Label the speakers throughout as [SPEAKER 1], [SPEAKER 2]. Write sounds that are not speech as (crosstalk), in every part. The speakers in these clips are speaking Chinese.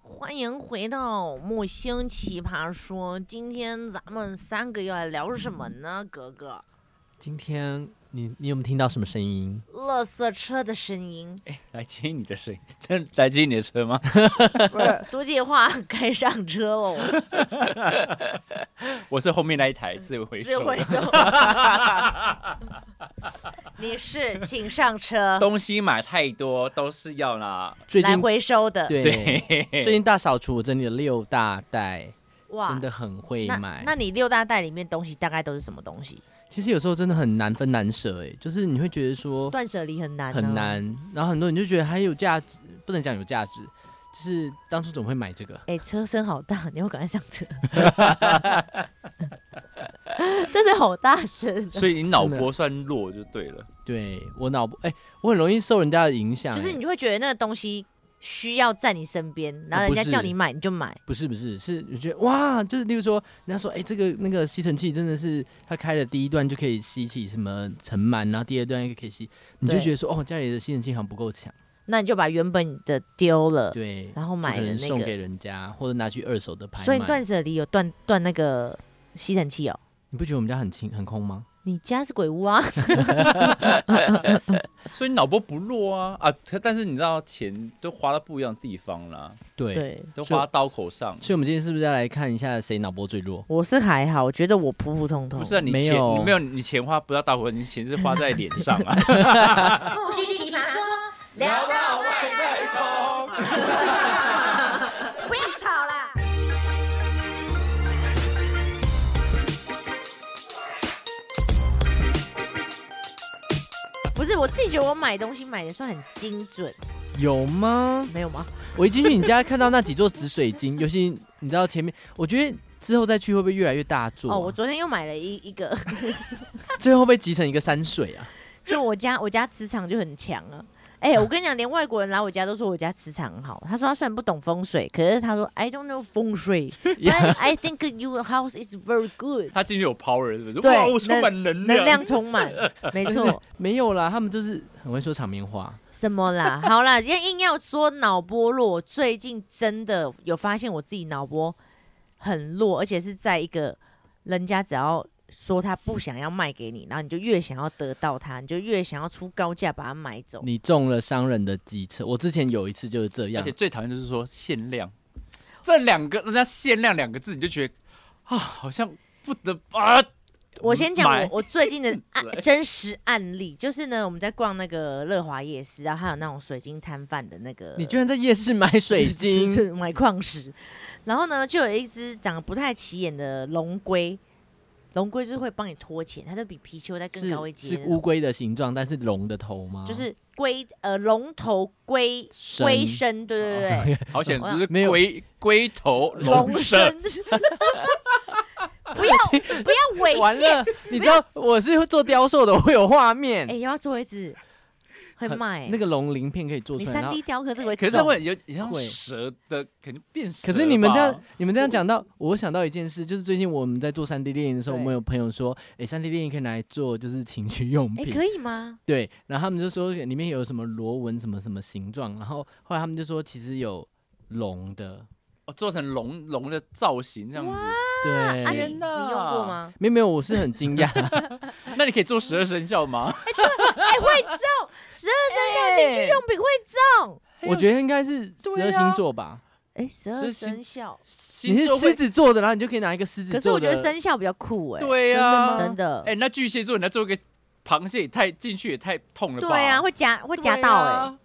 [SPEAKER 1] 欢迎回到木星奇葩说，今天咱们三个要聊什么呢？格格，
[SPEAKER 2] 今天你你有没有听到什么声音？
[SPEAKER 1] 垃圾车的声音，
[SPEAKER 2] 哎
[SPEAKER 3] (laughs) 来接你的声音，但来接你的车吗？ (laughs)
[SPEAKER 1] 不是都计划该上车喽，
[SPEAKER 3] 我是后面那一台自由回
[SPEAKER 1] 自
[SPEAKER 3] 收，
[SPEAKER 1] 回收。你是请上车
[SPEAKER 3] 东西买太多都是要啦。
[SPEAKER 2] 最
[SPEAKER 1] 来
[SPEAKER 2] 近
[SPEAKER 1] 回收的，
[SPEAKER 2] 对最近大扫除，我整理了六大袋，
[SPEAKER 1] 哇，
[SPEAKER 2] 真的很会
[SPEAKER 1] 那
[SPEAKER 2] 买
[SPEAKER 1] 那。你六大袋里面东西大概都是什么东西？
[SPEAKER 2] 其实有时候真的很难分难舍，哎，就是你会觉得说
[SPEAKER 1] 断舍离很难、
[SPEAKER 2] 很。难，然后很多人就觉得还有价值，不能讲有价值，就是当初怎么会买这个？
[SPEAKER 1] 哎、车声好大，你要赶快上车。 (laughs) 真的好大声，
[SPEAKER 3] 所以你脑波算弱就对了。
[SPEAKER 2] 对我脑部，哎，我很容易受人家的影响，
[SPEAKER 1] 就是
[SPEAKER 2] 哎
[SPEAKER 1] 你就会觉得那个东西需要在你身边，然后人
[SPEAKER 2] 哦不
[SPEAKER 1] 家
[SPEAKER 2] 是
[SPEAKER 1] 叫你买你就买。
[SPEAKER 2] 不是不是，是我觉得哇，就是例如说，人家说哎、这个那个吸尘器真的是它开了第一段就可以吸起什么尘螨，然后第二段又可以吸，你就
[SPEAKER 1] 对
[SPEAKER 2] 觉得说哦，家里的吸尘器好像不够强，
[SPEAKER 1] 那你就把原本的丢了，
[SPEAKER 2] 对，
[SPEAKER 1] 然后
[SPEAKER 2] 就
[SPEAKER 1] 买
[SPEAKER 2] 可
[SPEAKER 1] 了
[SPEAKER 2] 能
[SPEAKER 1] 那
[SPEAKER 2] 送
[SPEAKER 1] 个。
[SPEAKER 2] 给人家，或者拿去二手的拍卖。
[SPEAKER 1] 所以你断舍离有断断那个吸尘器哦。
[SPEAKER 2] 你不觉得我们家很清很空吗？
[SPEAKER 1] 你家是鬼屋啊？
[SPEAKER 3] (laughs) 所以你脑波不弱啊啊！可但是你知道钱都花到不一样的地方啦，
[SPEAKER 2] 对
[SPEAKER 1] 对，
[SPEAKER 3] 都
[SPEAKER 2] 所以
[SPEAKER 3] 花刀口上。
[SPEAKER 2] 所以我们今天是不是要来看一下谁脑波最弱？
[SPEAKER 1] 我是还好，我觉得我普普通通。
[SPEAKER 3] 不是、啊、你
[SPEAKER 2] 没
[SPEAKER 3] 钱，
[SPEAKER 2] 有
[SPEAKER 3] 你没有你钱花不到刀口，你钱是花在脸上 (laughs) 啊。
[SPEAKER 4] 木星奇葩说，聊到外太空，不要吵啦！
[SPEAKER 1] 不是，我自己觉得我买东西买的算很精准，
[SPEAKER 2] 有吗？
[SPEAKER 1] 没有吗？
[SPEAKER 2] 我一进去你家看到那几座紫水晶，尤其你知道前面，我觉得之后再去会不会越来越大座、啊？
[SPEAKER 1] 哦，我昨天又买了一一个，
[SPEAKER 2] 最后会不会集成一个山水啊？
[SPEAKER 1] 就我家我家磁场就很强啊。哎、我跟你讲，连外国人来我家都说我家磁场很好。他说他虽然不懂风水，可是他说 I don't know 风水，but I think your house is very good，
[SPEAKER 3] 他进去有 power 是不是？
[SPEAKER 1] 对
[SPEAKER 3] 哇，我充满能量。
[SPEAKER 1] 能量充满，没错。
[SPEAKER 2] 没有啦，他们就是很会说场面话。
[SPEAKER 1] 什么啦？好啦，要硬要说脑波弱，我最近真的有发现我自己脑波很弱，而且是在一个人家只要说他不想要卖给你，然后你就越想要得到它，你就越想要出高价把它买走。
[SPEAKER 2] 你中了商人的计策，我之前有一次就是这
[SPEAKER 3] 而
[SPEAKER 2] 样
[SPEAKER 3] 且。最讨厌就是说限量，这两个人家限量两个字，你就觉得啊，好像不得啊。
[SPEAKER 1] 我先讲
[SPEAKER 3] 买
[SPEAKER 1] 我我最
[SPEAKER 2] (laughs)
[SPEAKER 1] 近的案
[SPEAKER 3] 对
[SPEAKER 1] 真实案例，就是呢，我们在逛那个乐华夜市啊，还有那种水晶摊贩的那个，
[SPEAKER 2] 你居然在夜市买水
[SPEAKER 1] (laughs)
[SPEAKER 2] 晶，
[SPEAKER 1] 是买矿石，然后呢，就有一只长得不太起眼的龙龟，龙龟就是会帮你拖钱，它就比貔貅再更高一
[SPEAKER 2] 是
[SPEAKER 1] 阶
[SPEAKER 2] 是
[SPEAKER 1] 的那
[SPEAKER 2] 乌
[SPEAKER 1] 种，
[SPEAKER 2] 龟的形状，但是龙的头吗？
[SPEAKER 1] 就是龟呃龙头龟
[SPEAKER 2] 身
[SPEAKER 1] 龟身，对对对对，
[SPEAKER 3] 好险，
[SPEAKER 1] 我
[SPEAKER 3] 就是
[SPEAKER 2] 没有
[SPEAKER 3] 龟龟头
[SPEAKER 2] 哦
[SPEAKER 1] 龙
[SPEAKER 3] 身，
[SPEAKER 1] 身，不要不要猥
[SPEAKER 2] (laughs) 完
[SPEAKER 1] 亵，
[SPEAKER 2] 了， (laughs) 你知道我是做雕塑的，我有画面。
[SPEAKER 1] 哎，要不要做一只会
[SPEAKER 2] 很
[SPEAKER 1] 卖欸
[SPEAKER 2] 那个龙鳞片可以做
[SPEAKER 1] 你
[SPEAKER 2] 出来，然
[SPEAKER 1] 三
[SPEAKER 2] 后
[SPEAKER 1] D 雕刻这个会
[SPEAKER 3] 可是
[SPEAKER 1] 中
[SPEAKER 3] 会有你像
[SPEAKER 2] 会
[SPEAKER 3] 蛇的，肯定变蛇
[SPEAKER 2] 可
[SPEAKER 3] 吧。
[SPEAKER 2] 是你们这样，
[SPEAKER 3] 哦
[SPEAKER 2] 你们这样讲到，我想到一件事，就是最近我们在做三 D 电影的时候，
[SPEAKER 1] 对
[SPEAKER 2] 我们有朋友说，哎，三 D 电影可以拿来做就是情趣用
[SPEAKER 1] 哎、
[SPEAKER 2] 品，
[SPEAKER 1] 可以吗？
[SPEAKER 2] 对。然后他们就说里面有什么螺纹什么什么形状，然后后来他们就说其实有龙的，
[SPEAKER 3] 哦做成龙龙的造型这样子。
[SPEAKER 1] 啊，你
[SPEAKER 2] 对
[SPEAKER 1] 你用
[SPEAKER 3] 天哪
[SPEAKER 1] 过吗？
[SPEAKER 2] 没有没有，我是很惊讶，
[SPEAKER 3] 那你可以做十二生
[SPEAKER 1] (laughs)
[SPEAKER 3] 肖吗？ (laughs)
[SPEAKER 1] 哎、会中，十二生肖情趣用品会中。
[SPEAKER 2] 我觉得应该是十
[SPEAKER 3] 对
[SPEAKER 2] 二
[SPEAKER 3] 啊
[SPEAKER 2] 星座吧。
[SPEAKER 1] 哎、十
[SPEAKER 3] 十
[SPEAKER 1] 二
[SPEAKER 3] 二
[SPEAKER 1] 生肖，
[SPEAKER 2] 你
[SPEAKER 3] 星
[SPEAKER 2] 是
[SPEAKER 3] 座
[SPEAKER 2] 狮
[SPEAKER 3] 会
[SPEAKER 2] 子座的，然后你就可以拿一个狮
[SPEAKER 1] 可
[SPEAKER 2] 子
[SPEAKER 1] 是
[SPEAKER 2] 座
[SPEAKER 1] 我觉
[SPEAKER 2] 的。
[SPEAKER 1] 得生肖比较酷哎、
[SPEAKER 3] 对呀，
[SPEAKER 1] 真。的。
[SPEAKER 3] 哎，那巨蟹座你要做一个螃蟹，也太进去也太痛了吧？
[SPEAKER 1] 对啊，会夹会夹到哎、
[SPEAKER 3] 对啊。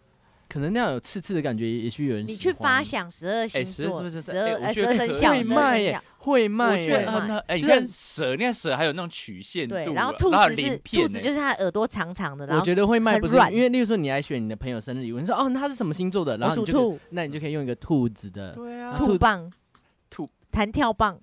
[SPEAKER 2] 可能那样有刺刺的感觉，也许有人
[SPEAKER 1] 你
[SPEAKER 2] 喜
[SPEAKER 1] 去发
[SPEAKER 2] 欢
[SPEAKER 1] 想十二星
[SPEAKER 3] 十二
[SPEAKER 1] 座，
[SPEAKER 3] 是不是
[SPEAKER 1] 十二
[SPEAKER 3] 哎我
[SPEAKER 1] 哎
[SPEAKER 3] 觉
[SPEAKER 1] 十
[SPEAKER 3] 得
[SPEAKER 1] 二
[SPEAKER 3] 可
[SPEAKER 1] 生
[SPEAKER 3] 以
[SPEAKER 1] 肖，
[SPEAKER 2] 会
[SPEAKER 1] 十二
[SPEAKER 2] 卖
[SPEAKER 1] 生
[SPEAKER 2] 耶
[SPEAKER 1] 肖，
[SPEAKER 2] 会卖
[SPEAKER 3] 对
[SPEAKER 2] 耶
[SPEAKER 1] 得，
[SPEAKER 3] 啊，那哎，你
[SPEAKER 2] 就是
[SPEAKER 3] 看蛇，你看蛇还有那种曲线
[SPEAKER 1] 对，
[SPEAKER 3] 度，
[SPEAKER 1] 然后兔
[SPEAKER 3] 还有
[SPEAKER 1] 子是
[SPEAKER 3] 鳞
[SPEAKER 1] 兔
[SPEAKER 3] 啊片
[SPEAKER 1] 子，
[SPEAKER 3] 呢，
[SPEAKER 1] 就是它的耳朵长长的，然
[SPEAKER 2] 我
[SPEAKER 1] 后
[SPEAKER 2] 觉得会卖
[SPEAKER 1] 很
[SPEAKER 2] 不是
[SPEAKER 1] 软
[SPEAKER 2] 因为，例如说你来选你的朋友生日礼物，你说哦，那他是什么星座的，然
[SPEAKER 1] 我属
[SPEAKER 2] 后你就可以
[SPEAKER 1] 兔，
[SPEAKER 2] 那你就可以用一个兔子的，
[SPEAKER 3] 对
[SPEAKER 2] 然
[SPEAKER 3] 啊
[SPEAKER 2] 后兔
[SPEAKER 1] 兔
[SPEAKER 2] 子
[SPEAKER 1] 棒，
[SPEAKER 3] 兔
[SPEAKER 1] 弹跳棒，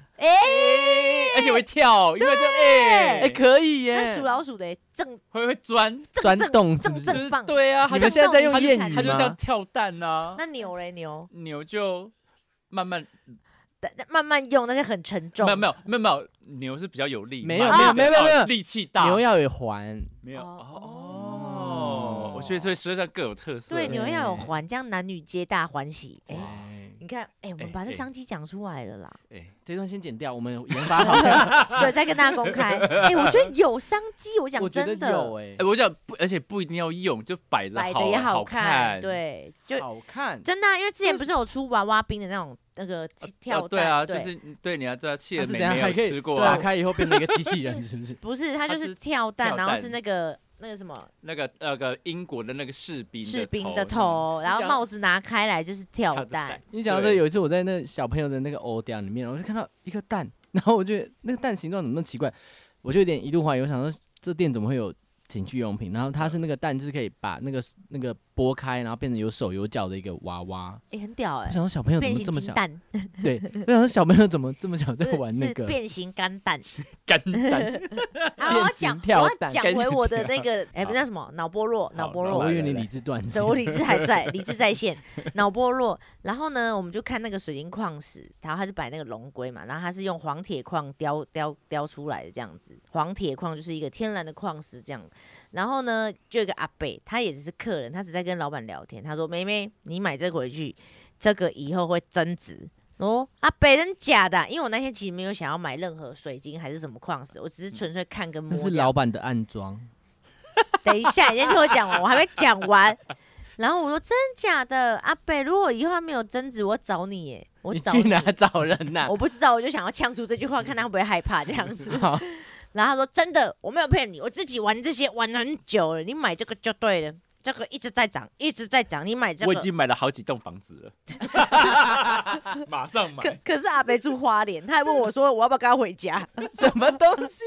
[SPEAKER 3] 哎而且会跳，因为这
[SPEAKER 2] 哎，
[SPEAKER 3] 哎
[SPEAKER 2] 可以
[SPEAKER 1] 那
[SPEAKER 2] 耶
[SPEAKER 1] 属，老鼠的耶正
[SPEAKER 3] 会会钻，
[SPEAKER 2] 钻
[SPEAKER 1] 正正
[SPEAKER 2] 洞是不
[SPEAKER 1] 正
[SPEAKER 2] 是
[SPEAKER 3] 就
[SPEAKER 1] 正
[SPEAKER 3] 是
[SPEAKER 1] 棒。
[SPEAKER 3] 对啊，
[SPEAKER 2] 你
[SPEAKER 3] 他
[SPEAKER 2] 们
[SPEAKER 3] 就
[SPEAKER 1] 像
[SPEAKER 2] 现在在用
[SPEAKER 1] 他就
[SPEAKER 2] 谚
[SPEAKER 1] 看
[SPEAKER 2] 语
[SPEAKER 3] 他就这样
[SPEAKER 2] 吗？
[SPEAKER 3] 跳蛋啊，
[SPEAKER 1] 那牛嘞牛，
[SPEAKER 3] 牛就慢慢
[SPEAKER 1] 但但慢慢用，但是很沉重。
[SPEAKER 3] 没有没有没有没有，牛是比较有力，
[SPEAKER 2] 没有
[SPEAKER 3] 慢慢
[SPEAKER 2] 没有没有
[SPEAKER 3] 哦
[SPEAKER 2] 没有
[SPEAKER 3] 力气大，
[SPEAKER 2] 牛要有环，
[SPEAKER 3] 没有
[SPEAKER 1] 哦
[SPEAKER 3] 哦，我觉得所以十二项各有特色，
[SPEAKER 1] 对，你们要有
[SPEAKER 2] 对
[SPEAKER 1] 环，这样男女皆大欢喜。哎、
[SPEAKER 2] 对
[SPEAKER 1] 你你看，哎、我们
[SPEAKER 2] 哎
[SPEAKER 1] 把这
[SPEAKER 2] 哎
[SPEAKER 1] 商机讲出来 (laughs) 了啦，
[SPEAKER 3] 哎，
[SPEAKER 2] 这段先剪掉，我们研发 (laughs) 好。
[SPEAKER 1] 对，再跟大家公开。哎、我觉得有商机，我讲
[SPEAKER 2] 我觉得
[SPEAKER 1] 真的
[SPEAKER 2] 有，哎
[SPEAKER 3] 哎，我讲不，而且不一定要用，就摆着
[SPEAKER 1] 摆的
[SPEAKER 3] 好
[SPEAKER 1] 也
[SPEAKER 3] 好哦
[SPEAKER 1] 看，，对，就
[SPEAKER 2] 好看。
[SPEAKER 1] 真的啊、因为之前不是有出娃娃兵的那种那个跳蛋，
[SPEAKER 3] 哦对啊，就
[SPEAKER 1] 对
[SPEAKER 3] 是对你啊，对啊，气
[SPEAKER 2] 它
[SPEAKER 3] 的
[SPEAKER 2] 是
[SPEAKER 3] 没
[SPEAKER 2] 怎样
[SPEAKER 3] 没有
[SPEAKER 2] 还可以
[SPEAKER 3] 吃过
[SPEAKER 2] 打
[SPEAKER 3] 啊，
[SPEAKER 2] 开以后变成一个机器人，是不是？
[SPEAKER 1] 不是它
[SPEAKER 3] 它
[SPEAKER 1] 就是
[SPEAKER 3] 是
[SPEAKER 1] 跳蛋，
[SPEAKER 3] 跳
[SPEAKER 1] 然后
[SPEAKER 3] 蛋
[SPEAKER 1] 是那个那个什么
[SPEAKER 3] 那个那个英国的那个士兵
[SPEAKER 1] 士兵的
[SPEAKER 3] 的，
[SPEAKER 1] 头，然后
[SPEAKER 2] 讲
[SPEAKER 1] 帽子拿开来就是跳
[SPEAKER 3] 跳
[SPEAKER 1] 蛋
[SPEAKER 3] 蛋，
[SPEAKER 2] (laughs) 你讲到这，
[SPEAKER 3] 对
[SPEAKER 2] 有一次我在那小朋友的那个偶像里面，我就看到一个蛋，然后我觉得那个蛋形状怎么那么奇怪，我就有点一度怀疑，我想说这店怎么会有情趣用品？然后它是那个蛋，就是可以把那个那个剥开，然后变成有手有脚的一个娃娃。
[SPEAKER 1] 哎、很屌哎、
[SPEAKER 2] 我想说小朋友怎
[SPEAKER 1] 变
[SPEAKER 2] 么
[SPEAKER 1] 形
[SPEAKER 2] 这么
[SPEAKER 1] 金
[SPEAKER 2] 小？
[SPEAKER 1] 蛋，
[SPEAKER 2] 对，我想说小朋友怎么这么小在
[SPEAKER 1] 是
[SPEAKER 2] 玩那
[SPEAKER 1] 是
[SPEAKER 2] (laughs) 个？
[SPEAKER 1] 变形干蛋。
[SPEAKER 3] 干
[SPEAKER 1] (laughs)
[SPEAKER 3] 蛋，
[SPEAKER 1] 好，我要
[SPEAKER 2] 变形
[SPEAKER 1] 讲，我
[SPEAKER 2] 跳
[SPEAKER 1] 要
[SPEAKER 2] 蛋
[SPEAKER 1] 讲
[SPEAKER 3] 变
[SPEAKER 1] 回
[SPEAKER 3] 形
[SPEAKER 1] 我的那
[SPEAKER 3] 跳
[SPEAKER 1] 个，哎、不那什么脑波弱，脑
[SPEAKER 3] 好
[SPEAKER 1] 波
[SPEAKER 3] 脑
[SPEAKER 1] 弱
[SPEAKER 2] 我
[SPEAKER 3] 来，
[SPEAKER 2] 以为
[SPEAKER 3] 来
[SPEAKER 2] 你
[SPEAKER 3] 来
[SPEAKER 2] 理智断线
[SPEAKER 1] 对，。我理智还在，理智在
[SPEAKER 2] (laughs)
[SPEAKER 1] 线，脑波弱。然后呢，我们就看那个水晶矿石，然后他就摆那个龙龟嘛，然后它是用黄铁矿雕雕雕出来的这样子，黄铁矿就是一个天然的矿石这样。然后呢，就有一个阿贝，他也只是客人，他只在跟老板聊天。他说：“妹妹，你买这个回去，这个以后会增值。”哦，阿北真假的啊、因为我那天其实没有想要买任何水晶还是什么矿石，我只是纯粹看跟摸
[SPEAKER 2] 嗯那
[SPEAKER 1] 这样。
[SPEAKER 2] 是老板的暗装，
[SPEAKER 1] 等一下，你先听我讲完，我还没讲完。然后我说真假的，阿北，如果以后他没有争执，我找你耶，我
[SPEAKER 2] 你
[SPEAKER 1] 找
[SPEAKER 2] 去哪找人呐、
[SPEAKER 1] 我不知道，我就想要呛出这句话，看他会不会害怕这样子。
[SPEAKER 2] (laughs) 好
[SPEAKER 1] 然后他说真的，我没有骗你，我自己玩这些玩很久了，你买这个就对了，这个一直在涨，一直在涨，你买这
[SPEAKER 3] 我
[SPEAKER 1] 个
[SPEAKER 3] 已。经买了好几栋房子
[SPEAKER 1] (laughs)
[SPEAKER 3] 了， (laughs) 马上买
[SPEAKER 1] 可。可是阿北住花莲，他还问我说我要不要跟他回家，
[SPEAKER 2] (laughs) 什么东西？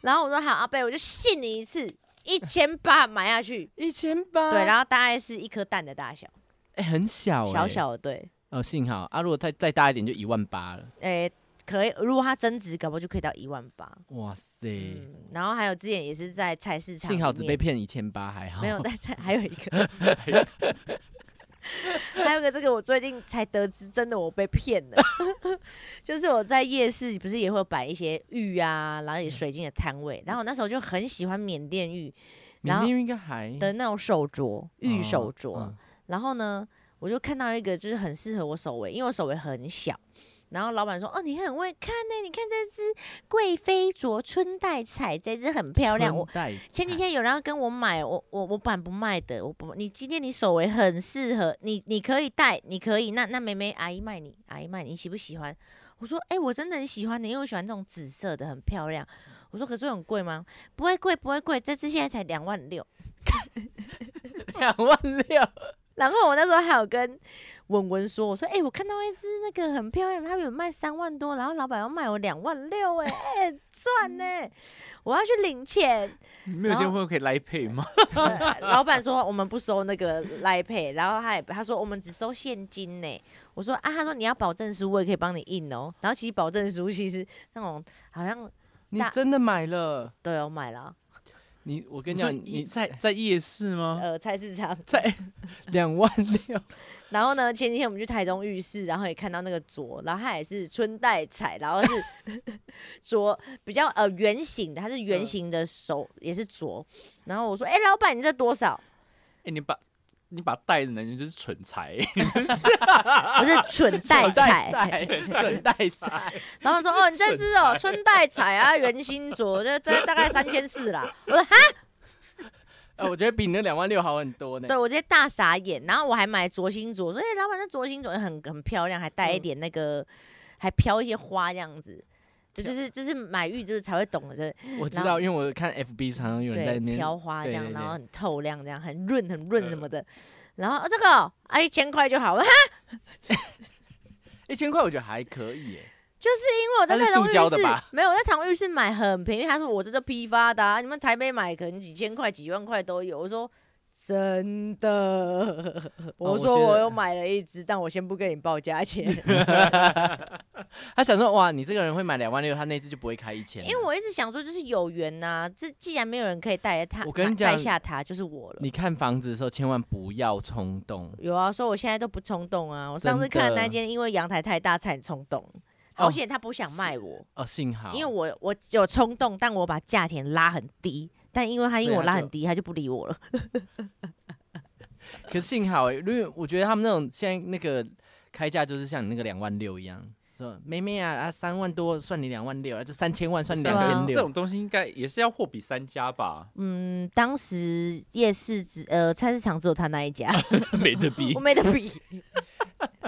[SPEAKER 1] 然后我说好，阿北，我就信你一次，一千八买下去，
[SPEAKER 2] 一千八？
[SPEAKER 1] 对，
[SPEAKER 2] 后
[SPEAKER 1] 然后大概是一颗蛋的大小，
[SPEAKER 2] 哎、很小、啊欸，
[SPEAKER 1] 小小的，对，
[SPEAKER 2] 哦，幸好啊，如果再再大一点就一万八了。
[SPEAKER 1] 诶、可以，如果它增值，搞不好就可以到一万八。
[SPEAKER 2] 哇塞，
[SPEAKER 1] 嗯，然后还有之前也是在菜市场里面，
[SPEAKER 2] 幸好只被哦骗一千八，还好。
[SPEAKER 1] 没有在菜，还有一
[SPEAKER 2] (laughs)
[SPEAKER 1] 个，还有一个这个我最近才得知，真的我被骗了， (laughs) 就是我在夜市不是也会有摆一些玉啊，然后
[SPEAKER 2] 嗯
[SPEAKER 1] 也水晶的摊位，然后我那时候就很喜欢缅甸玉然
[SPEAKER 2] 缅
[SPEAKER 1] 后
[SPEAKER 2] 甸应该还
[SPEAKER 1] 的那种手镯，玉手镯，
[SPEAKER 2] 嗯
[SPEAKER 1] 然后呢，我就看到一个就是很适合我手围，因为我手围很小。然后老板说：“哦，你很会看呢、你看这只贵妃镯春带彩，这只很漂亮。我
[SPEAKER 2] 春带
[SPEAKER 1] 前几
[SPEAKER 2] 彩
[SPEAKER 1] 天有人要跟我买，我我我板不卖的，我不。你今天你手围很适合你，你可以戴，你可以。那那妹妹阿姨卖你，阿姨卖你，你喜不喜欢？我说：哎、我真的很喜欢的，因为我喜欢这种紫色的，很漂亮。我说：可是会很贵吗？不会贵，不会贵，这只现在才两万六。
[SPEAKER 2] (laughs) 两万六，
[SPEAKER 1] (laughs) 然后我那时候还有跟文文说，我说：“哎、我看到一只那个很漂亮，他有卖三万多，然后老板要卖我两万六、哎哎，
[SPEAKER 2] 嗯
[SPEAKER 1] 赚呢、我要去领钱。
[SPEAKER 3] 你没有
[SPEAKER 1] 然
[SPEAKER 3] 结
[SPEAKER 1] 后
[SPEAKER 3] 婚可以来配吗？
[SPEAKER 1] 对 (laughs) 老板说我们不收那个来配，然后他也他说我们只收现金呢、我说啊，他说你要保证书，我也可以帮你印哦。然后其实保证书其实那种好像
[SPEAKER 2] 你
[SPEAKER 1] 大
[SPEAKER 2] 真的买了？
[SPEAKER 1] 都有买了，
[SPEAKER 2] 你我跟你讲，
[SPEAKER 3] 说
[SPEAKER 2] 你
[SPEAKER 3] 在在夜市吗？
[SPEAKER 1] 呃，菜市场。
[SPEAKER 3] 在哎
[SPEAKER 2] 两万六， (laughs)
[SPEAKER 1] 然后呢，前几天我们去台中浴室，然后也看到那个镯，然后它也是春带彩，然后是 (laughs) 镯比较呃圆形的，它是圆形的手、也是镯。然后我说：“哎、老板，你这多少？
[SPEAKER 3] 哎，你把你把袋子呢，你就是蠢材，
[SPEAKER 1] 不是蠢
[SPEAKER 3] (laughs)
[SPEAKER 1] 带彩。 (laughs)
[SPEAKER 2] 准带彩，
[SPEAKER 1] 老
[SPEAKER 2] (laughs)
[SPEAKER 1] 板说：“哦，你这只哦，春带彩啊，圆心镯， (laughs) 这这大概三千四啦。”我
[SPEAKER 2] (laughs)
[SPEAKER 1] 说：“哈，
[SPEAKER 2] 呃，我觉得比你那两万六好很多呢。
[SPEAKER 1] 对我直接大傻眼。”然后我还买镯心镯，我说：“哎、老板，这镯心镯很很漂亮，还带一
[SPEAKER 2] 嗯
[SPEAKER 1] 点那个，还飘一些花这样子。”这就是就是买玉就是才会懂的，这
[SPEAKER 2] 我知
[SPEAKER 1] 然
[SPEAKER 2] 道，
[SPEAKER 1] 后
[SPEAKER 2] 因为我看 FB 常常有人在
[SPEAKER 1] 对，
[SPEAKER 2] 那边
[SPEAKER 1] 飘花这
[SPEAKER 2] 对
[SPEAKER 1] 样，
[SPEAKER 2] 对嗯
[SPEAKER 1] 然
[SPEAKER 2] 对
[SPEAKER 1] 后很透亮，这样很润很润什么的。然后、哦、这个哦啊一千块就好了，哈，
[SPEAKER 2] 一千块，我觉得还可以耶。 (laughs)
[SPEAKER 1] 就是因为我在
[SPEAKER 2] 它是
[SPEAKER 1] 台中
[SPEAKER 2] 塑
[SPEAKER 1] 浴
[SPEAKER 2] 胶的
[SPEAKER 1] 室
[SPEAKER 2] 吧
[SPEAKER 1] 没有我在台中浴室买很便宜，他说我这就批发的、啊，你们台北买可能几千块几万块都有。我说。真
[SPEAKER 2] (laughs)
[SPEAKER 1] 的，我
[SPEAKER 2] 我
[SPEAKER 1] 说
[SPEAKER 2] 觉得
[SPEAKER 1] 我又买了一只，但我先不跟你报价钱，
[SPEAKER 2] 他想说，哇，你这个人会买两万六，他那次就不会开一千
[SPEAKER 1] (laughs)
[SPEAKER 2] 了。
[SPEAKER 1] 因为我一直想说就是有缘呐、这既然没有人可以带他，
[SPEAKER 2] 我跟你
[SPEAKER 1] 带
[SPEAKER 2] 讲
[SPEAKER 1] 下他就是我了。
[SPEAKER 2] 你看房子的时候，千万不要冲动。
[SPEAKER 1] 有啊，说我现在都不冲动啊。我上次
[SPEAKER 2] 真
[SPEAKER 1] 看
[SPEAKER 2] 的
[SPEAKER 1] 那间，因为阳台太大才很冲动，
[SPEAKER 2] 哦
[SPEAKER 1] 好险他不想卖我，
[SPEAKER 2] 哦，幸好，
[SPEAKER 1] 因为我我有冲动，但我把价钱拉很低，但因为他因为
[SPEAKER 2] 对
[SPEAKER 1] 我
[SPEAKER 2] 他
[SPEAKER 1] 拉
[SPEAKER 2] 就
[SPEAKER 1] 很低，他就不理我了。
[SPEAKER 2] 可是幸好、欸，因为我觉得他们那种现在那个开价就是像你那个两万六一样，说妹妹啊啊三万多算你两万六，啊这三千万算你
[SPEAKER 1] 对
[SPEAKER 2] 两
[SPEAKER 1] 啊，
[SPEAKER 2] 千
[SPEAKER 3] 这
[SPEAKER 2] 六
[SPEAKER 3] 种，东西应该也是要货比三家吧 (laughs)
[SPEAKER 1] 嗯，当时夜市只呃菜市场只有他那一家，
[SPEAKER 3] 哎没得比
[SPEAKER 1] 我。没得比。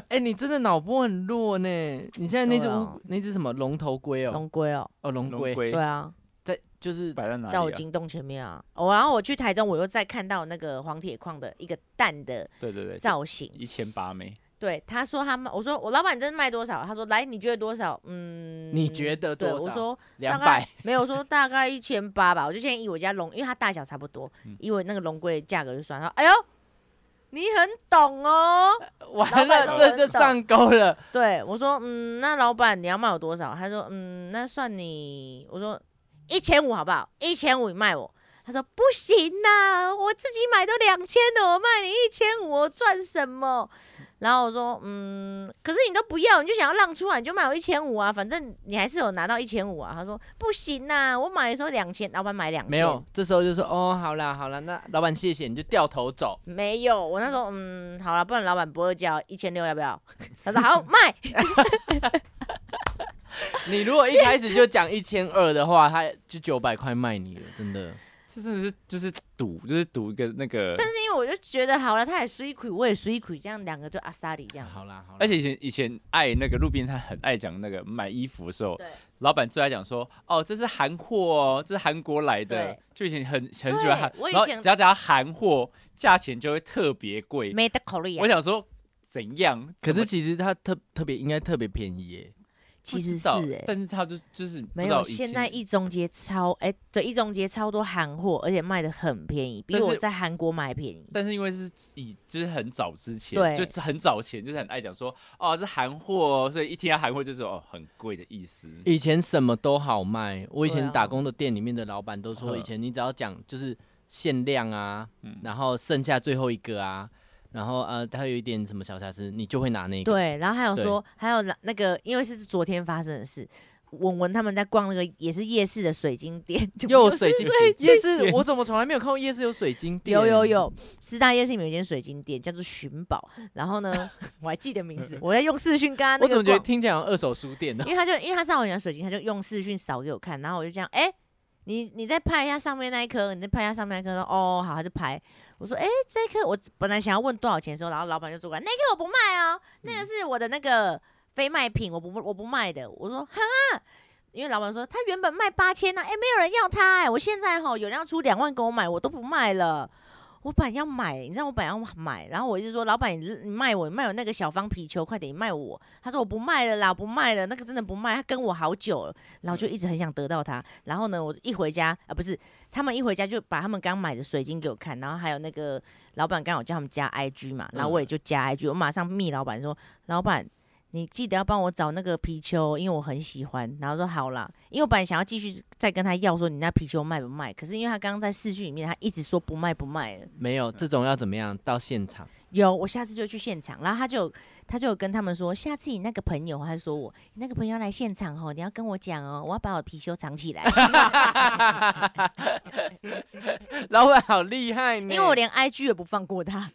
[SPEAKER 2] 哎、你真的脑波很弱呢。你现在那只
[SPEAKER 1] 对啊
[SPEAKER 2] 乌那只什么龙头龟哦，
[SPEAKER 1] 龙龟哦，
[SPEAKER 2] 哦龙
[SPEAKER 3] (laughs) 龙
[SPEAKER 2] 龟
[SPEAKER 3] 龟
[SPEAKER 1] 对啊，
[SPEAKER 2] 在就是
[SPEAKER 3] 摆在哎哪里、
[SPEAKER 1] 在
[SPEAKER 3] 啊
[SPEAKER 1] 我？金洞前面啊。哦，然后我去台中，我又再看到那个黄铁矿的一个蛋的
[SPEAKER 3] 对对对，
[SPEAKER 1] 造型。
[SPEAKER 3] 一千八没？
[SPEAKER 1] 对，他说他卖，我说我老板你这是卖多少？他说来，你觉得多少？嗯，
[SPEAKER 2] 你觉
[SPEAKER 3] 呃
[SPEAKER 2] 得多
[SPEAKER 1] 对，
[SPEAKER 2] 少？
[SPEAKER 1] 我说大
[SPEAKER 2] 两
[SPEAKER 1] 概
[SPEAKER 2] 百，
[SPEAKER 1] 没有说大概一千八吧，我就先以我家龙，因为它大小差不多
[SPEAKER 3] 嗯，
[SPEAKER 1] 以我那个龙龟的价格就算。然后哎呦，你很懂哦。
[SPEAKER 2] 完
[SPEAKER 1] 老
[SPEAKER 2] 了
[SPEAKER 1] 板
[SPEAKER 2] 这就
[SPEAKER 1] 老板
[SPEAKER 2] 上钩了。
[SPEAKER 1] 对我说，嗯，那老板你要卖我多少？他说，嗯，那算你。我说一千五好不好？一千五你卖我。他说不行呐、我自己买都两千了，我卖你一千五，我赚什么？然后我说，嗯，可是你都不要，你就想要让出来，你就卖我一千五啊，反正你还是有拿到一千五啊。他说不行呐、我买的时候两千，老板买两千，
[SPEAKER 2] 没有，，这时候就说哦，好啦好啦，那老板谢谢，你就掉头走。
[SPEAKER 1] 没有。我那时候，嗯，好了，不然老板不会叫一千六，要不要？ (laughs) 他说好，卖。
[SPEAKER 2] (laughs) 你如果一开始就讲一千二的话，他就九百块卖你了，真的。
[SPEAKER 3] 这真的是就是赌，就是赌一个那个。
[SPEAKER 1] 但是因为我就觉得好了，他也水亏，我也水亏，这样两个就阿萨里这样。
[SPEAKER 2] 好啦好啦，
[SPEAKER 3] 而且以前以前爱那个路边摊很爱讲那个买衣服的时候
[SPEAKER 1] 对，
[SPEAKER 3] 老板最爱讲说哦这是韩货哦，这是韩国来的
[SPEAKER 1] 对，
[SPEAKER 3] 就以前很很喜欢韩，
[SPEAKER 1] 我以
[SPEAKER 3] 然后
[SPEAKER 1] 前
[SPEAKER 3] 只要讲到韩货，价钱就会特别贵。
[SPEAKER 1] 没得考虑
[SPEAKER 3] 我。想说怎样？
[SPEAKER 2] 可
[SPEAKER 3] 怎
[SPEAKER 2] 是
[SPEAKER 3] 么
[SPEAKER 2] 其实他特特别应该特别便宜耶。
[SPEAKER 1] 其实
[SPEAKER 3] 不
[SPEAKER 1] 是
[SPEAKER 3] 知道
[SPEAKER 1] 哎、
[SPEAKER 3] 但是他就就是不
[SPEAKER 1] 没
[SPEAKER 3] 知道
[SPEAKER 1] 有，
[SPEAKER 3] 以
[SPEAKER 1] 现
[SPEAKER 3] 前
[SPEAKER 1] 在一中街超哎、对，一中街超多韩货，而且卖的很便宜，比
[SPEAKER 3] 但是
[SPEAKER 1] 我在韩国买便宜。
[SPEAKER 3] 但是因为是以就是很早之前，
[SPEAKER 1] 对
[SPEAKER 3] 就很早前就是很爱讲说哦这韩货哦，所以一听到韩货就说哦很贵的意思。
[SPEAKER 2] 以前什么都好卖，我以
[SPEAKER 1] 对
[SPEAKER 2] 前
[SPEAKER 1] 啊
[SPEAKER 2] 打工的店里面的老板都说，
[SPEAKER 3] 嗯
[SPEAKER 2] 以前你只要讲就是限量啊，
[SPEAKER 3] 嗯
[SPEAKER 2] 然后剩下最后一个啊，然后呃，它有一点什么小瑕疵，你就会拿那个。，
[SPEAKER 1] 对，然后还有
[SPEAKER 2] 对
[SPEAKER 1] 说，还有那那个，因为是昨天发生的事，文文他们在逛那个也是夜市的水晶店， (laughs) 就
[SPEAKER 2] 又有水晶夜市，
[SPEAKER 3] 店
[SPEAKER 2] 我怎么从来没有看过夜市有水晶店？啊
[SPEAKER 1] 有有，有，师大夜市里面有一间水晶店叫做寻宝，然后
[SPEAKER 3] (laughs)
[SPEAKER 1] 呢，我还记得名字，我在用视讯跟他那个
[SPEAKER 2] 我怎么觉得
[SPEAKER 1] 逛
[SPEAKER 2] 听起来好像二手书店
[SPEAKER 1] (laughs)
[SPEAKER 2] 呢
[SPEAKER 1] 因？为他就因为他上网讲水晶，他就用视讯扫给我看，然后我就这样，哎、你你再拍一下上面那一颗，你再拍一下上面那一颗，说哦好，他就拍。我说，哎、这一颗我本来想要问多少钱的时候，然后老板就说过来，那颗我不卖哦，那个是我的那个非卖品，我不我不卖的。我说哈。因为老板说他原本卖八千呢，哎，没有人要他、哎，我现在哈有人要出两万给我买，我都不卖了。我本来要买，你知道我本来要买，然后我一直说老板你你卖我，你卖我那个小方皮球，快点你卖我。他说我不卖了啦，不卖了，那个真的不卖，他跟我好久了，然后就一直很想得到他。然后呢，我一回家啊，不是他们一回家就把他们刚买的水晶给我看，然后还有那个老板刚好叫他们加 IG 嘛，然后我也就加 IG，我马上密老板说，老板。你记得要帮我找那个皮球，因为我很喜欢。然后说好啦，因为我本来想要继续再跟他要说你那皮球卖不卖，可是因为他刚刚在视讯里面，他一直说不卖不卖了。
[SPEAKER 2] 没有，这种要怎么样到现场？
[SPEAKER 1] 有，我下次就去现场，然后他就有他就有跟他们说，下次你那个朋友，他说我你那个朋友要来现场哦，你要跟我讲哦，我要把我貔貅藏起来，
[SPEAKER 2] (laughs) 老板好厉害
[SPEAKER 1] 因
[SPEAKER 2] 呢，
[SPEAKER 1] 为我连 IG 也不放过他。